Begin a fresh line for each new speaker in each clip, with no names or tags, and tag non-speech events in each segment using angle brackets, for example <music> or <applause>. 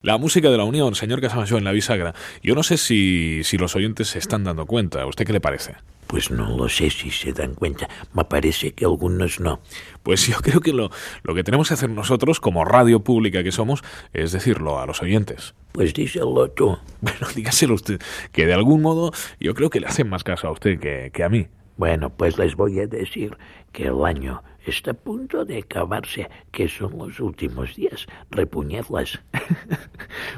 La música de la Unión, señor Casamayor, en la bisagra. Yo no sé si, si los oyentes se están dando cuenta. ¿A usted qué le parece?
Pues no lo sé si se dan cuenta. Me parece que algunos no.
Pues yo creo que lo, lo que tenemos que hacer nosotros, como radio pública que somos, es decirlo a los oyentes. <laughs>
Pues díselo tú.
Bueno, dígaselo usted, que de algún modo yo creo que le hacen más caso a usted que, que a mí.
Bueno, pues les voy a decir que el año está a punto de acabarse, que son los últimos días. Repuñezlas.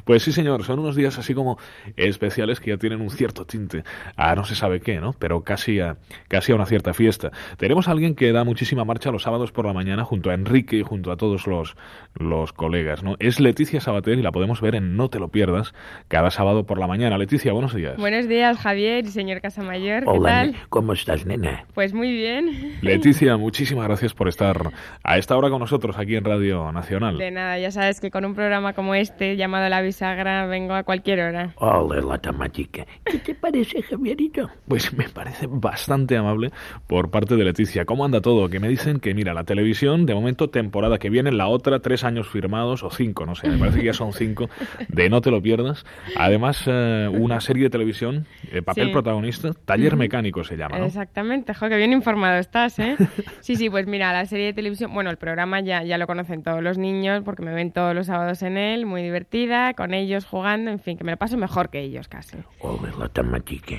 Pues sí, señor, son unos días así como especiales que ya tienen un cierto tinte a no se sabe qué, ¿no? Pero casi a, casi a una cierta fiesta. Tenemos a alguien que da muchísima marcha los sábados por la mañana junto a Enrique y junto a todos los, los colegas, ¿no? Es Leticia Sabater y la podemos ver en No te lo pierdas cada sábado por la mañana. Leticia, buenos días.
Buenos días, Javier y señor Casamayor. ¿Qué
Hola,
tal?
ne- ¿cómo estás, nena?
Pues muy bien.
Leticia, muchísimas gracias por estar a esta hora con nosotros aquí en Radio Nacional.
De nada, ya sabes que con un programa como este, llamado La Bisagra, vengo a cualquier hora.
Hola, la tamática. ¿Qué te parece, Javierito?
Pues me parece bastante amable por parte de Leticia. ¿Cómo anda todo? Que me dicen que, mira, la televisión, de momento, temporada que viene, la otra, tres años firmados o cinco, no sé, me parece que ya son cinco, de no te lo pierdas. Además, eh, una serie de televisión, eh, papel
Sí.
protagonista, Taller Mecánico se llama, ¿no?
Exactamente, jo, que bien informado estás, ¿eh? <laughs> Sí, sí, pues mira, la serie de televisión, bueno, el programa ya, ya lo conocen todos los niños porque me ven todos los sábados en él, muy divertida, con ellos jugando, en fin, que me lo paso mejor que ellos casi.
Hola, la
<laughs>
tamática.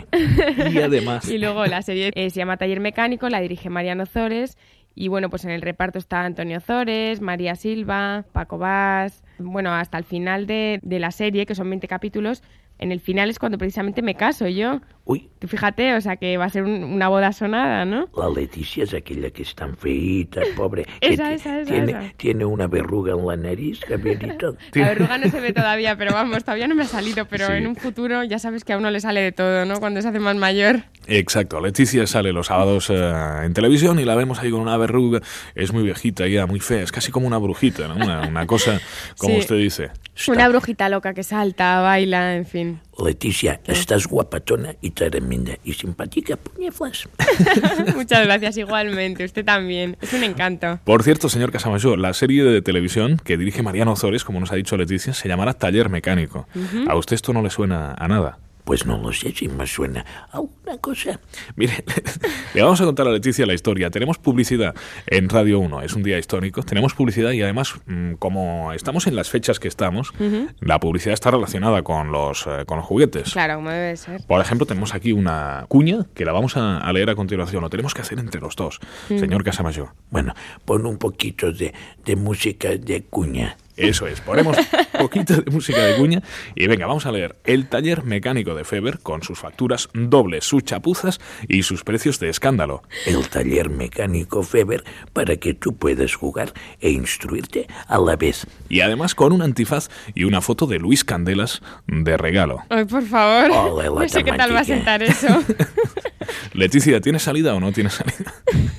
Y además,
Y luego la serie eh, se llama Taller Mecánico, la dirige Mariano Zores. Y bueno, pues en el reparto está Antonio Zores, María Silva, Paco Vaz. Bueno, hasta el final de, de la serie, que son 20 capítulos, en el final es cuando precisamente me caso yo.
Uy,
Tú fíjate, o sea que va a ser un- una boda sonada, ¿no?
La Leticia es aquella que es tan feíta, pobre. que
Esa,
ti-
esa, esa,
tiene,
esa.
tiene una verruga en la nariz, Javierito.
La verruga no se ve todavía, pero vamos, todavía no me ha salido. Pero
Sí.
en un futuro ya sabes que a uno le sale de todo, ¿no? Cuando se hace más mayor.
Exacto, Leticia sale los sábados eh, en televisión y la vemos ahí con una verruga, es muy viejita ya, muy fea, es casi como una brujita, ¿no? Una, una cosa, como
Sí.
usted dice.
Una brujita loca que salta, baila, en fin.
Leticia, estás guapatona y tremenda y simpática, puñeflas.
<laughs> Muchas gracias igualmente, usted también. Es un encanto.
Por cierto, señor Casamayor, la serie de televisión que dirige Mariano Zores, como nos ha dicho Leticia, se llamará Taller Mecánico. A usted esto no le suena a nada.
Pues no lo sé si me suena alguna cosa.
Mire, <laughs> le vamos a contar a Leticia la historia. Tenemos publicidad en Radio 1, es un día histórico. Tenemos publicidad y además, mm, como estamos en las fechas que estamos, la publicidad está relacionada con los, eh, con los juguetes.
Claro, como debe ser.
Por ejemplo, tenemos aquí una cuña que la vamos a, a leer a continuación. Lo tenemos que hacer entre los dos, señor Casamayor.
Bueno, pon un poquito de, de música de cuña.
Eso es,
<laughs>
ponemos poquito de música de cuña y venga, vamos a leer el taller mecánico de Feber con sus facturas dobles, sus chapuzas y sus precios de escándalo.
El taller mecánico Feber para que tú puedas jugar e instruirte a la vez.
Y además con un antifaz y una foto de Luis Candelas de regalo.
<laughs> Ay, por favor.
Oh,
Ole, la
<laughs> no sé qué tal va a
temática.
sentar eso.
<laughs> Leticia, ¿tiene salida o no tiene salida? <laughs>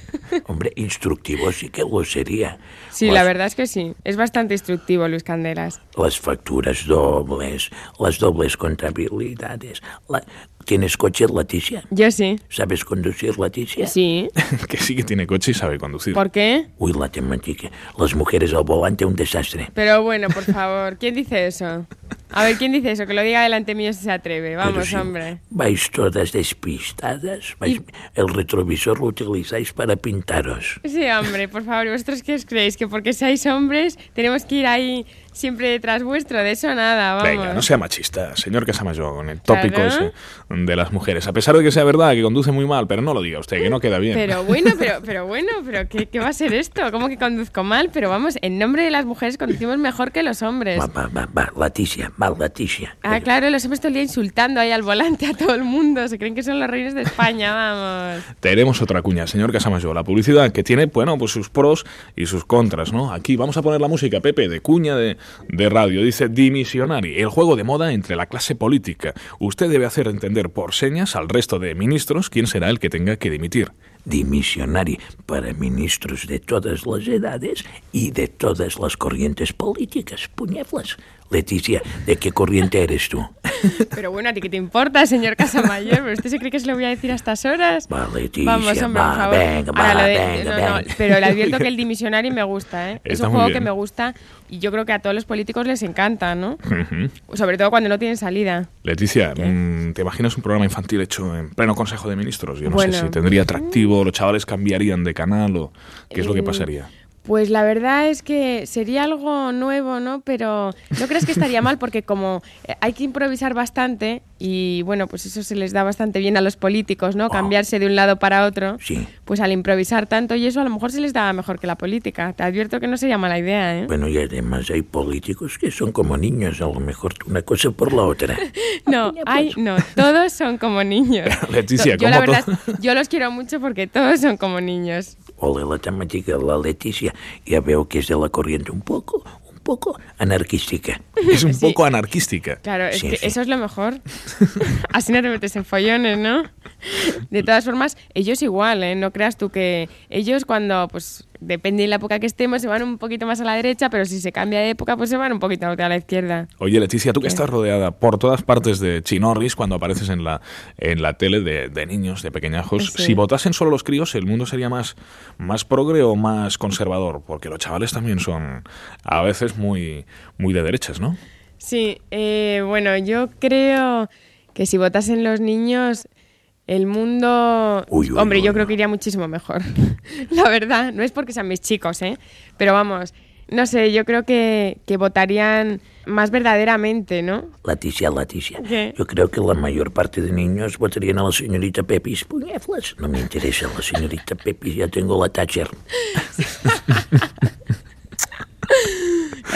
Hombre, instructivo sí que lo sería.
Sí, la verdad es que sí. Es bastante instructivo, Luis Candelas.
las facturas dobles, las dobles contabilidades. La- ¿Tienes coche, Leticia?
Yo sí.
¿Sabes conducir, Leticia?
Sí.
que sí que tiene coche y sabe conducir.
¿Por qué?
Uy, la temática. Las mujeres al volante, un desastre.
Pero bueno, por favor, ¿quién dice eso? A ver, ¿quién dice eso? Que lo diga delante mío si se atreve.
Pero
Vamos,
si
hombre.
Vais todas despistadas. vais- El retrovisor lo utilizáis para pintaros.
Sí, hombre, por favor, ¿y ¿vosotros qué os creéis? Que porque seáis hombres tenemos que ir ahí siempre detrás vuestro. De eso nada, vamos.
Venga, no sea machista, señor Casamayor, con el tópico
Claro.
ese de las mujeres. A pesar de que sea verdad que conduce muy mal, pero no lo diga usted, que no queda bien.
Pero bueno,
<laughs>
pero, pero bueno, pero ¿qué, qué va a ser esto? ¿Cómo que conduzco mal? Pero vamos, en nombre de las mujeres conducimos mejor que los hombres.
Va, va, va, va, Leticia, va, Leticia.
Ah, claro, los hombres todo el día insultando ahí al volante a todo el mundo. Se creen que son los reyes de España, vamos.
Tenemos otra cuña, señor Casamayor. La publicidad que tiene, bueno, pues sus pros y sus contras, ¿no? Aquí vamos a poner la música, Pepe, de cuña de, de radio. Dice Dimisionari, el juego de moda entre la clase política. Usted debe hacer entender por señas al resto de ministros quién será el que tenga que dimitir.
Dimisionari para ministros de todas las edades y de todas las corrientes políticas. Puñeflas. Leticia, ¿de qué corriente eres tú?
Pero bueno, ¿a ti qué te importa, señor Casamayor? ¿Pero usted se cree que se lo voy a decir a estas horas?
Va, Leticia,
Vamos, hombre,
va,
por favor.
venga, va,
Ahora, lo de-
venga,
no, no,
venga.
pero le advierto que el dimisionario me gusta, ¿eh? es
Está
un
muy
juego
bien.
que me gusta y yo creo que a todos los políticos les encanta, ¿no?
Ujú.
Sobre todo cuando no tienen salida.
Leticia, mm, ¿te imaginas un programa infantil hecho en pleno Consejo de Ministros? Yo no
Bueno.
sé si tendría atractivo, los chavales cambiarían de canal o qué es lo que
Mm. <laughs>
pasaría.
Pues la verdad es que sería algo nuevo, ¿no? Pero no crees que estaría mal porque como eh, hay que improvisar bastante y bueno, pues eso se les da bastante bien a los políticos, ¿no? Cambiarse de un lado para otro. <laughs>
Sí.
Pues al improvisar tanto y eso a lo mejor se les da mejor que la política. Te advierto que no sería mala idea, ¿eh?
Bueno, y además hay políticos que son como niños, a lo mejor una cosa por la otra.
No, hay, no, todos son como niños.
<laughs> Leticia,
yo la
¿cómo
verdad,
todo?
es- yo los quiero mucho porque todos son como niños.
Ole la temática, la Leticia, ya veo que es de la corriente un poco, un poco anarquística.
Es un poco anarquística.
Claro, es
Sí,
que
sí.
eso es lo mejor. <laughs> Así no te metes en follones, ¿no? De todas formas, ellos igual, ¿eh? No creas tú que ellos cuando, pues, depende de la época que estemos, se van un poquito más a la derecha, pero si se cambia de época, pues se van un poquito a la izquierda.
Oye, Leticia, tú que estás rodeada por todas partes de chinorris cuando apareces en la, en la tele de, de niños, de pequeñajos,
Sí.
si votasen solo los críos, el mundo sería más, más progre o más conservador, porque los chavales también son a veces muy, muy de derechas, ¿no?
Sí, eh, bueno, yo creo que si votasen los niños, el mundo...
Uy, uy,
Hombre,
uy,
yo
uy.
creo que iría muchísimo mejor. <laughs> La verdad, no es porque sean mis chicos, ¿eh? Pero vamos, no sé, yo creo que, que votarían más verdaderamente, ¿no?
Leticia, Leticia,
¿Qué?
yo creo que la mayor parte de niños votarían a la señorita Pepis. Puñeflas, no me interesa la señorita Pepis, ya tengo la Thatcher.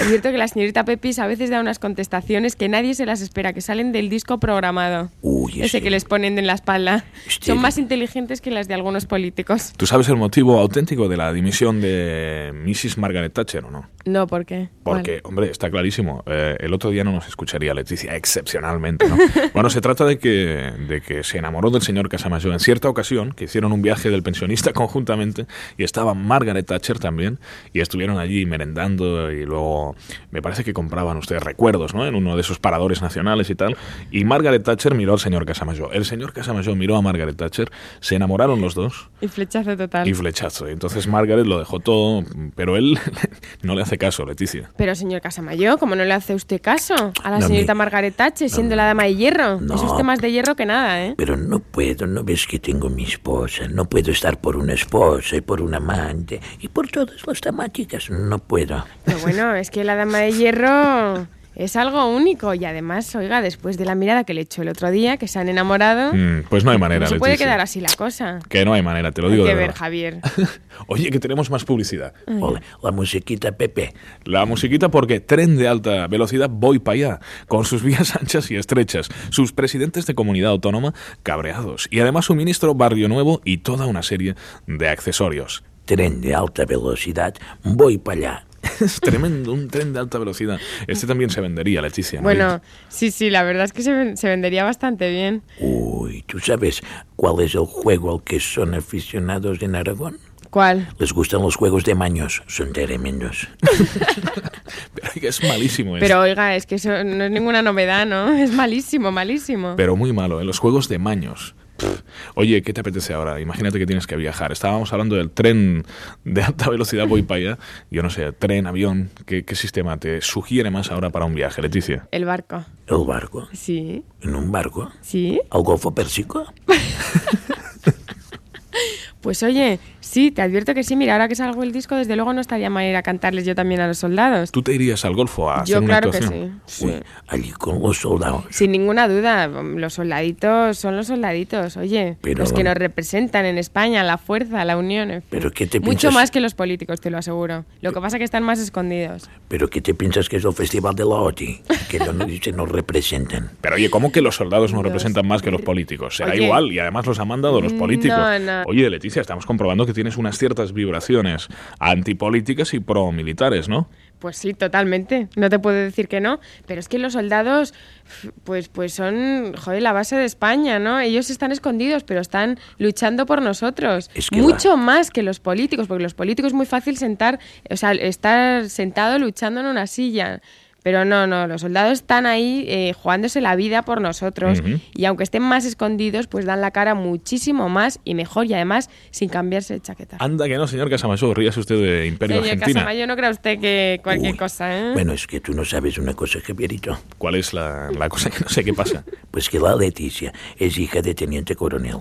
Es cierto que la señorita Pepis a veces da unas contestaciones que nadie se las espera, que salen del disco programado.
Uy,
Ese
este-
que les ponen en la espalda.
Este-
Son más inteligentes que las de algunos políticos.
¿Tú sabes el motivo auténtico de la dimisión de Mrs. Margaret Thatcher o no?
No, ¿por qué?
Porque, hombre, está clarísimo. eh, el otro día no nos escucharía Leticia, excepcionalmente, ¿no? bueno, se trata de que, de que se enamoró del señor Casamayor en cierta ocasión, que hicieron un viaje del pensionista <laughs> conjuntamente, y estaba Margaret Thatcher también, y estuvieron allí merendando, y luego me parece que compraban ustedes recuerdos, ¿no? En uno de esos paradores nacionales y tal. Y Margaret Thatcher miró al señor Casamayor. El señor Casamayor miró a Margaret Thatcher, se enamoraron los dos.
Vale. Y flechazo total.
Y flechazo. Entonces Margaret lo dejó todo, pero él <laughs> no le hace caso, Leticia.
Pero, señor Casamayo, ¿cómo no le hace usted caso a la
No,
señorita
mi-
Margaret Thatcher siendo la dama de hierro?
No.
Eso es usted más de hierro que nada, ¿eh?
Pero no puedo, no ves que tengo mi esposa, no puedo estar por una esposa y por un amante y por todas las temáticas, no puedo.
Pero bueno, es que la dama de hierro es algo único. Y además, oiga, después de la mirada que le echó el otro día, que se han enamorado,
Mm, pues no hay manera,
no se
Leticia.
puede quedar así la cosa.
Que no hay manera, te lo
Hay
digo
que
de
ver,
verdad.
Javier.
<laughs> Oye, que tenemos más publicidad.
Ole, la musiquita Pepe.
La musiquita porque tren de alta velocidad voy para allá, con sus vías <laughs> anchas y estrechas, sus presidentes de comunidad autónoma cabreados y además su ministro Barrio Nuevo y toda una serie de accesorios. <laughs>
Tren de alta velocidad, voy para allá.
Es tremendo, un tren de alta velocidad. Este también se vendería, Leticia. ¿no?
Bueno, sí, sí, la verdad es que se, ven- se vendería bastante bien.
Uy, ¿tú sabes cuál es el juego al que son aficionados en Aragón?
¿Cuál?
Les gustan los juegos de maños, son tremendos.
Pero es malísimo esto.
Pero oiga, es que eso no es ninguna novedad, ¿no? Es malísimo, malísimo.
Pero muy malo, en los juegos de maños. Pff. Oye, ¿qué te apetece ahora? Imagínate que tienes que viajar. Estábamos hablando del tren de alta velocidad, voy para allá. Yo no sé, tren, avión, ¿qué, qué sistema te sugiere más ahora para un viaje, Leticia?
El barco.
El barco,
Sí,
en un barco,
sí.
al Golfo Pérsico.
Pues oye, sí, te advierto que sí. Mira, ahora que salgo el disco, desde luego no estaría mal ir a cantarles yo también a los soldados.
¿Tú te irías al Golfo a hacer
Yo
una
claro que sí.
actuación?
sí.
Uy, allí con los soldados.
Sin ninguna duda, los soldaditos son los soldaditos, oye,
Pero-
los que nos representan en España, la fuerza, la unión, en fin.
¿Pero qué te
Mucho
piensas?
más que los políticos, te lo aseguro. Lo que pasa es que están más escondidos.
¿Pero qué te piensas que es el festival de la OTI? Que no nos dicen, nos representan.
Pero oye, ¿cómo que los soldados nos
Los-
representan más que los políticos? Será
Oye.
igual, y además los han mandado los políticos.
No, no.
Oye, Leticia, estamos comprobando que tienes unas ciertas vibraciones antipolíticas y promilitares, ¿no?
Pues sí, totalmente. No te puedo decir que no, pero es que los soldados, pues, pues son, joder, la base de España, ¿no? Ellos están escondidos, pero están luchando por nosotros.
Es que
Mucho
la-
más que los políticos, porque los políticos es muy fácil sentar, o sea, estar sentado luchando en una silla. Pero no, no, los soldados están ahí eh, jugándose la vida por nosotros
Ujú.
y aunque estén más escondidos, pues dan la cara muchísimo más y mejor y además sin cambiarse de chaqueta.
Ah,
Anda que no, señor Casamayor, ríase usted de Imperio
Señor
Argentina.
Casamayo, no crea usted que cualquier
Uy.
cosa, ¿eh?
Bueno, es que tú no sabes una cosa, Javierito.
¿Cuál es la, la cosa que no sé qué
<laughs>
pasa?
Pues que la Leticia es hija de teniente coronel.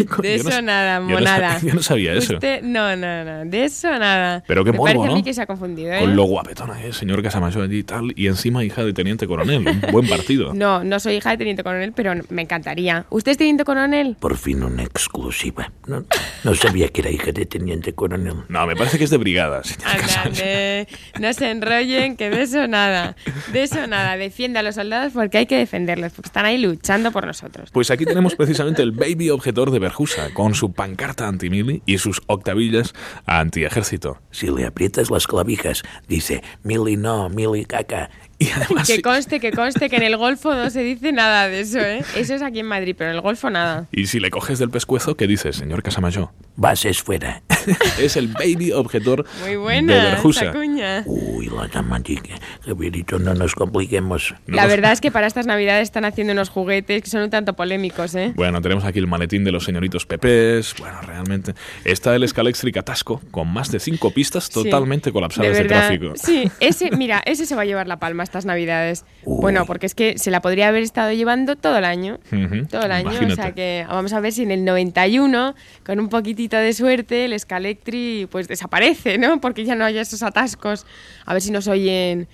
De
Yo no
eso
sa-
nada,
yo no
monada.
sa- <laughs> yo no sabía eso.
Usted- no, no, no, de eso nada.
Pero qué
Me
morbo,
parece
¿no?
a mí que se ha confundido, ¿eh?
Con lo guapetona, ¿eh? Señor Casamayor allí y tal, y encima hija de teniente coronel. Un buen partido.
<laughs> No, no soy hija de teniente coronel, pero me encantaría. ¿Usted es
<laughs>
teniente coronel?
Por fin una exclusiva. No, no sabía que era hija de teniente coronel.
No, me parece que es de brigada, señor Casamayor.
Andate, no se enrollen, que de eso nada. De eso nada. Defienda a los soldados porque hay que defenderlos, porque están ahí luchando por nosotros.
Pues aquí tenemos precisamente el baby objetor de Berjusa, con su pancarta anti-mili y sus octavillas anti-ejército.
Si le aprietas las clavijas, dice, Mili no, Mili caca.
Y además,
Que conste, que conste que en el Golfo no se dice nada de
<laughs>
eso, ¿eh? Eso es aquí en Madrid, pero en el Golfo nada.
y si le coges del pescuezo, ¿qué dices, señor Casamayor? <laughs>
Bases fuera. <laughs>
es el baby objetor
Muy
de
buena
Berjusa.
esa cuña.
Uy, la llamadita. Javierito, no nos compliquemos.
No
La
nos-
verdad es que para estas navidades están haciendo unos juguetes que son un tanto polémicos, ¿eh?
Bueno, tenemos aquí el maletín de los señoritos Pepés. Bueno, realmente. Está el Escaléxtrica Tasco con más de cinco pistas
Sí.
totalmente colapsadas de,
verdad.
tráfico.
Sí, ese, mira, ese se va a llevar la palma
<laughs>
estas navidades.
Uh.
Uy.
Bueno, porque es que se la podría haber estado llevando todo el año.
Ujú,
Todo el año, o
imagínate.
sea que vamos a ver si en el 91, con un poquitito de suerte, el Scalectri pues desaparece, ¿no? Porque ya no hay esos atascos. A ver si nos oyen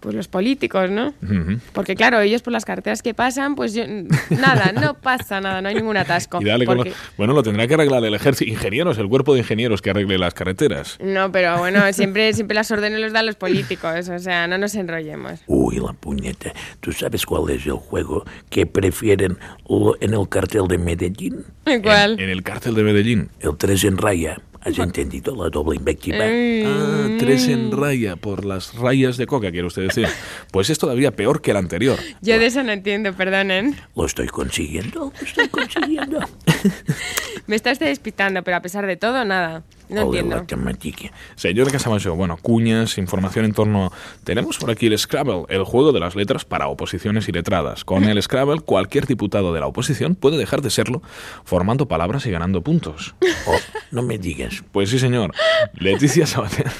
pues los políticos, ¿no?
Ujú.
Porque claro, ellos por las carreteras que pasan, pues yo- nada, no pasa nada, no hay ningún
<laughs>
atasco.
Y dale con lo-
porque-
Bueno, lo tendrá que arreglar el ejército, ingenieros, el cuerpo de ingenieros que arregle las carreteras.
No, pero bueno, <laughs> siempre, siempre las órdenes los dan los políticos, o sea, no nos enrollemos.
Uy, la puñeta. ¿Tú sabes cuál es el juego que prefieren lo- en el cartel de Medellín?
Igual.
En, en el cárcel de Medellín.
El tres en raya. ¿Has entendido la doble invectiva?
<laughs>
Ah, tres en
Mm.
raya por las rayas de coca, quiere usted decir. Pues es todavía peor que el anterior.
Yo de eso no entiendo, perdonen.
Lo estoy consiguiendo, lo estoy consiguiendo.
Me está usted despistando, pero a pesar de todo, nada. No
Ole,
entiendo.
la temática.
Señor Casamacho, bueno, cuñas, información en torno. Tenemos por aquí el Scrabble, el juego de las letras para oposiciones y letradas. Con el Scrabble, cualquier diputado de la oposición puede dejar de serlo formando palabras y ganando puntos.
Oh, no me digas.
Pues sí, señor. Leticia Sabater.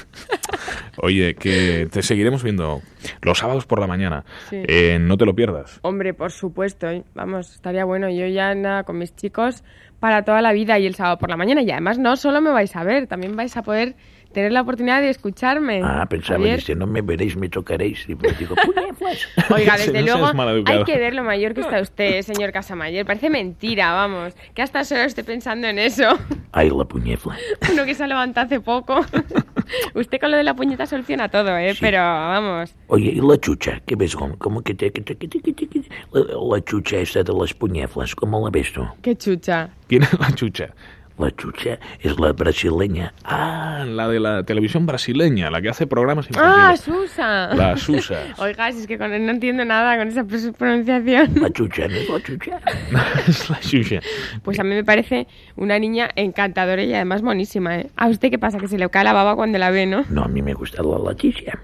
Oye, que te seguiremos viendo los sábados por la mañana.
Sí.
Eh, no te lo pierdas.
Hombre, por supuesto, ¿eh? vamos, estaría bueno. Yo ya nada con mis chicos para toda la vida y el sábado por la mañana. Y además, no solo me vais a ver, también vais a poder tener la oportunidad de escucharme.
Ah, pensaba,
Javier.
dice, no me veréis, me tocaréis. Y me digo, puñeflas.
Oiga,
Ese <laughs>
desde
no seas
luego
maleducado. Ah.
hay que ver lo mayor que está usted, eh, señor Casamayor. Parece mentira, vamos. Que hasta solo esté pensando en eso. <laughs>
Ay, la puñefla.
Uno que se ha levantado hace poco. <laughs> usted con lo de la puñeta soluciona todo, ¿eh? Pero vamos.
Oye, ¿y la chucha? ¿Qué ves? Como, como que te... Que te, que te, que te, que te- La, la chucha esta de las puñeflas, ¿cómo la ves tú?
Qué chucha.
¿Quién es la chucha?
La chucha es la brasileña.
Ah, la de la televisión brasileña, la que hace programas
¡Ah,
infantiles.
Susa!
La Susa.
<laughs>
<laughs>
Oiga, si es que con- no entiendo nada con esa pres- pronunciación.
<laughs>
La chucha, ¿no es la chucha?
es la Xuxa.
Pues a mí me parece una niña encantadora y además monísima, ¿eh? ¿A usted qué pasa? Que se le cae la baba cuando la ve, ¿no?
No, a mí me gusta la laticia.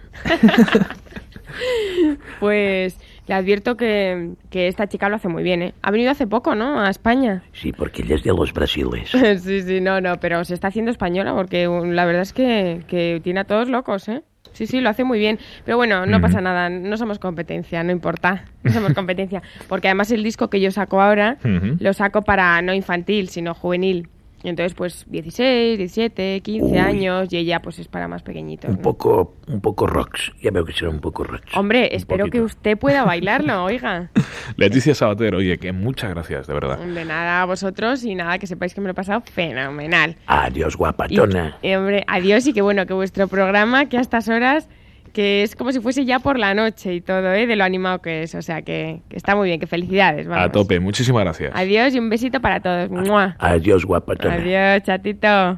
Pues le advierto que, que esta chica lo hace muy bien, ¿eh? Ha venido hace poco, ¿no? A España.
Sí, porque ella es de los brasiles.
<laughs> sí, sí, no, no, pero se está haciendo española porque um, la verdad es que, que tiene a todos locos, ¿eh? Sí, sí, lo hace muy bien. Pero bueno, no pasa nada, no somos competencia, no importa. No
<laughs>
somos competencia. Porque además el disco que yo saco ahora
Ujú.
lo saco para no infantil, sino juvenil. Y entonces, pues 16, 17, 15
Uy.
años y ella pues es para más pequeñitos.
Un
¿no?
poco, un poco rocks. Ya veo que será un poco rocks.
Hombre, espero que
poquito.
usted
<laughs>
pueda bailarlo, oiga.
Leticia Sabater, oye, que muchas gracias, de verdad.
De nada a vosotros y nada, que sepáis que me lo he pasado fenomenal.
Adiós,
Y,
guapatona.
eh, hombre, adiós y que bueno que vuestro programa, que a estas horas que es como si fuese ya por la noche y todo, ¿eh? de lo animado que es. O sea que, que está muy bien, que felicidades. vamos.
A tope, muchísimas gracias.
Adiós y un besito para todos. ¡Mua!
Adiós, guapatona.
Adiós, chatito.